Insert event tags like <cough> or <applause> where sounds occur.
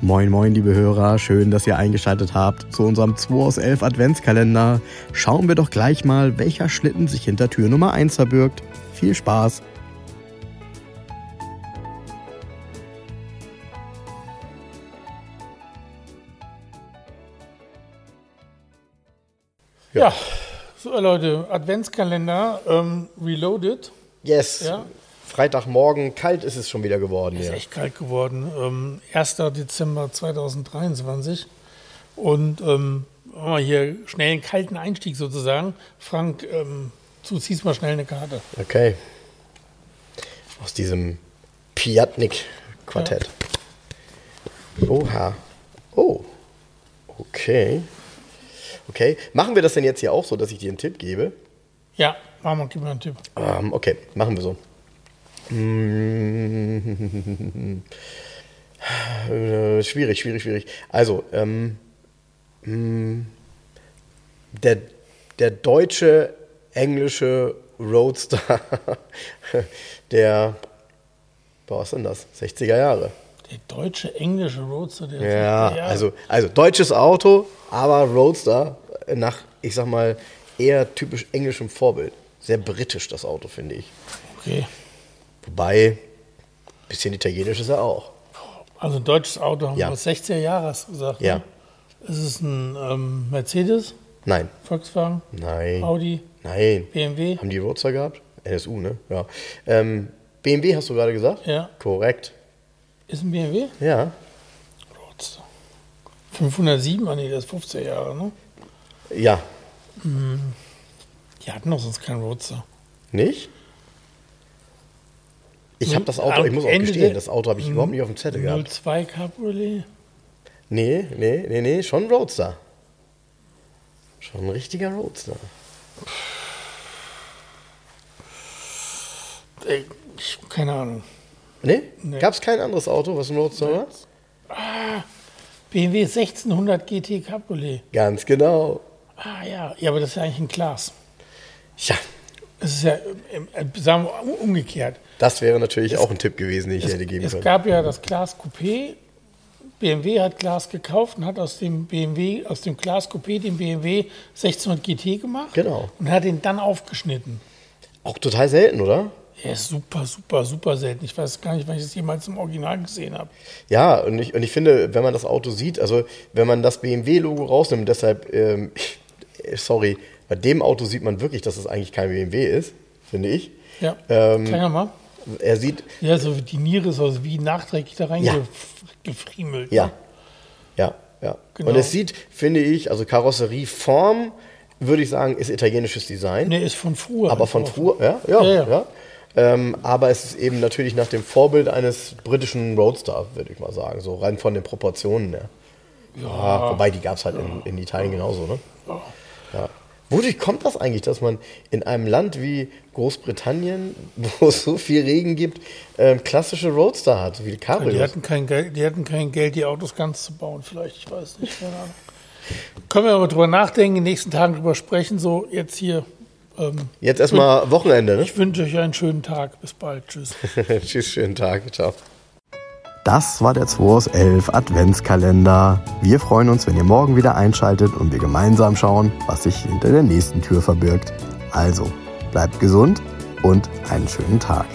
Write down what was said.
Moin, moin, liebe Hörer, schön, dass ihr eingeschaltet habt zu unserem 2 aus 11 Adventskalender. Schauen wir doch gleich mal, welcher Schlitten sich hinter Tür Nummer 1 verbirgt. Viel Spaß! Ja, so Leute, Adventskalender ähm, reloaded. Yes! Ja. Freitagmorgen, kalt ist es schon wieder geworden. Ist hier. echt kalt geworden. Ähm, 1. Dezember 2023. Und ähm, machen wir hier schnell einen kalten Einstieg sozusagen. Frank, ähm, du ziehst mal schnell eine Karte. Okay. Aus diesem Piatnik-Quartett. Oha. Oh. Okay. Okay. Machen wir das denn jetzt hier auch so, dass ich dir einen Tipp gebe? Ja, machen wir, gib mir einen Tipp. Ähm, okay, machen wir so. Mm. <laughs> Äh, Schwierig, schwierig, schwierig. Also, ähm, mm, der, der deutsche, englische Roadster, <laughs> der, boah, was ist denn das? 60er Jahre. Der deutsche, englische Roadster, der Ja, also, also deutsches Auto, aber Roadster nach, ich sag mal, eher typisch englischem Vorbild. Sehr britisch das Auto, finde ich. Okay. Wobei, ein bisschen italienisch ist er auch. Also ein deutsches Auto haben Ja. wir 60er Jahre, hast du gesagt. Ja. Ne? Ist es ein ähm, Mercedes, Nein. Volkswagen, Nein. Audi, Nein. BMW? Haben die Roadster gehabt? NSU, ne? Ja. Ähm, BMW hast du gerade gesagt? Ja. Korrekt. Ist ein BMW? Ja. Roadster. 507, ah nee, das ist 50er Jahre, ne? Ja. Die hatten doch sonst keinen Roadster. Nicht? Ich habe das Auto, ich muss auch Ende gestehen, der- Mhm. das Auto habe ich überhaupt nicht auf dem Zettel gehabt. 02 Cabriolet? Nee, nee, nee, nee, schon Roadster. Schon ein richtiger Roadster. Ey, Äh, ich, keine Ahnung. Nee? Nee. Gab's kein anderes Auto, was ein Roadster war? BMW 1600 GT Cabriolet. Ganz genau. Ah ja, ja, aber das ist ja eigentlich ein Glas. Ja, Es ist ja, ähm, äh, sagen wir um- umgekehrt. das wäre natürlich auch ein Tipp gewesen, den ich hätte geben Es können. gab ja das Glas Coupé. BMW hat Glas gekauft und hat aus dem BMW, aus dem Glas Coupé den BMW 1600 GT gemacht. Genau. Und hat ihn dann aufgeschnitten. Auch total selten, oder? Er ist super, super, super selten. Ich weiß gar nicht, wann ich das jemals im Original gesehen habe. Ja, und ich, und ich finde, wenn man das Auto sieht, also wenn man das BMW-Logo rausnimmt, deshalb, ähm, <laughs> äh, sorry, bei dem Auto sieht man wirklich, dass es eigentlich kein BMW ist, finde ich. Ja, Ähm, kleiner mal. Er sieht, Ja, so die Niere ist also wie nachträglich da reingefriemelt. ne? ja, ja, ja. Genau. Und es sieht, finde ich, also Karosserieform, würde ich sagen, ist italienisches Design. Ne, ist von früher. Also, Aber von früher, ja, ja, Ja, ja. ja. Ähm, aber es ist eben natürlich nach dem Vorbild eines britischen Roadster, würde ich mal sagen, so rein von den Proportionen her. Ja. wobei die gab es halt in, in Italien genauso, ne? Ja. Wodurch kommt das eigentlich, dass man in einem Land wie Großbritannien, wo es so viel Regen gibt, ähm, klassische Roadster hat, so viele Die Cabrios? hatten, kein Geld, die hatten kein Geld, die Autos ganz zu bauen, vielleicht, ich weiß nicht, keine Ahnung. Können wir aber drüber nachdenken, in den nächsten Tagen drüber sprechen. So, jetzt hier. Ähm, Jetzt erstmal Wochenende, ne? ich wünsche euch einen schönen Tag. Bis bald. Tschüss. <laughs> Tschüss, schönen Tag, ciao. Das war der 2 aus 11 Adventskalender. Wir freuen uns, wenn ihr morgen wieder einschaltet und wir gemeinsam schauen, was sich hinter der nächsten Tür verbirgt. Also, bleibt gesund und einen schönen Tag.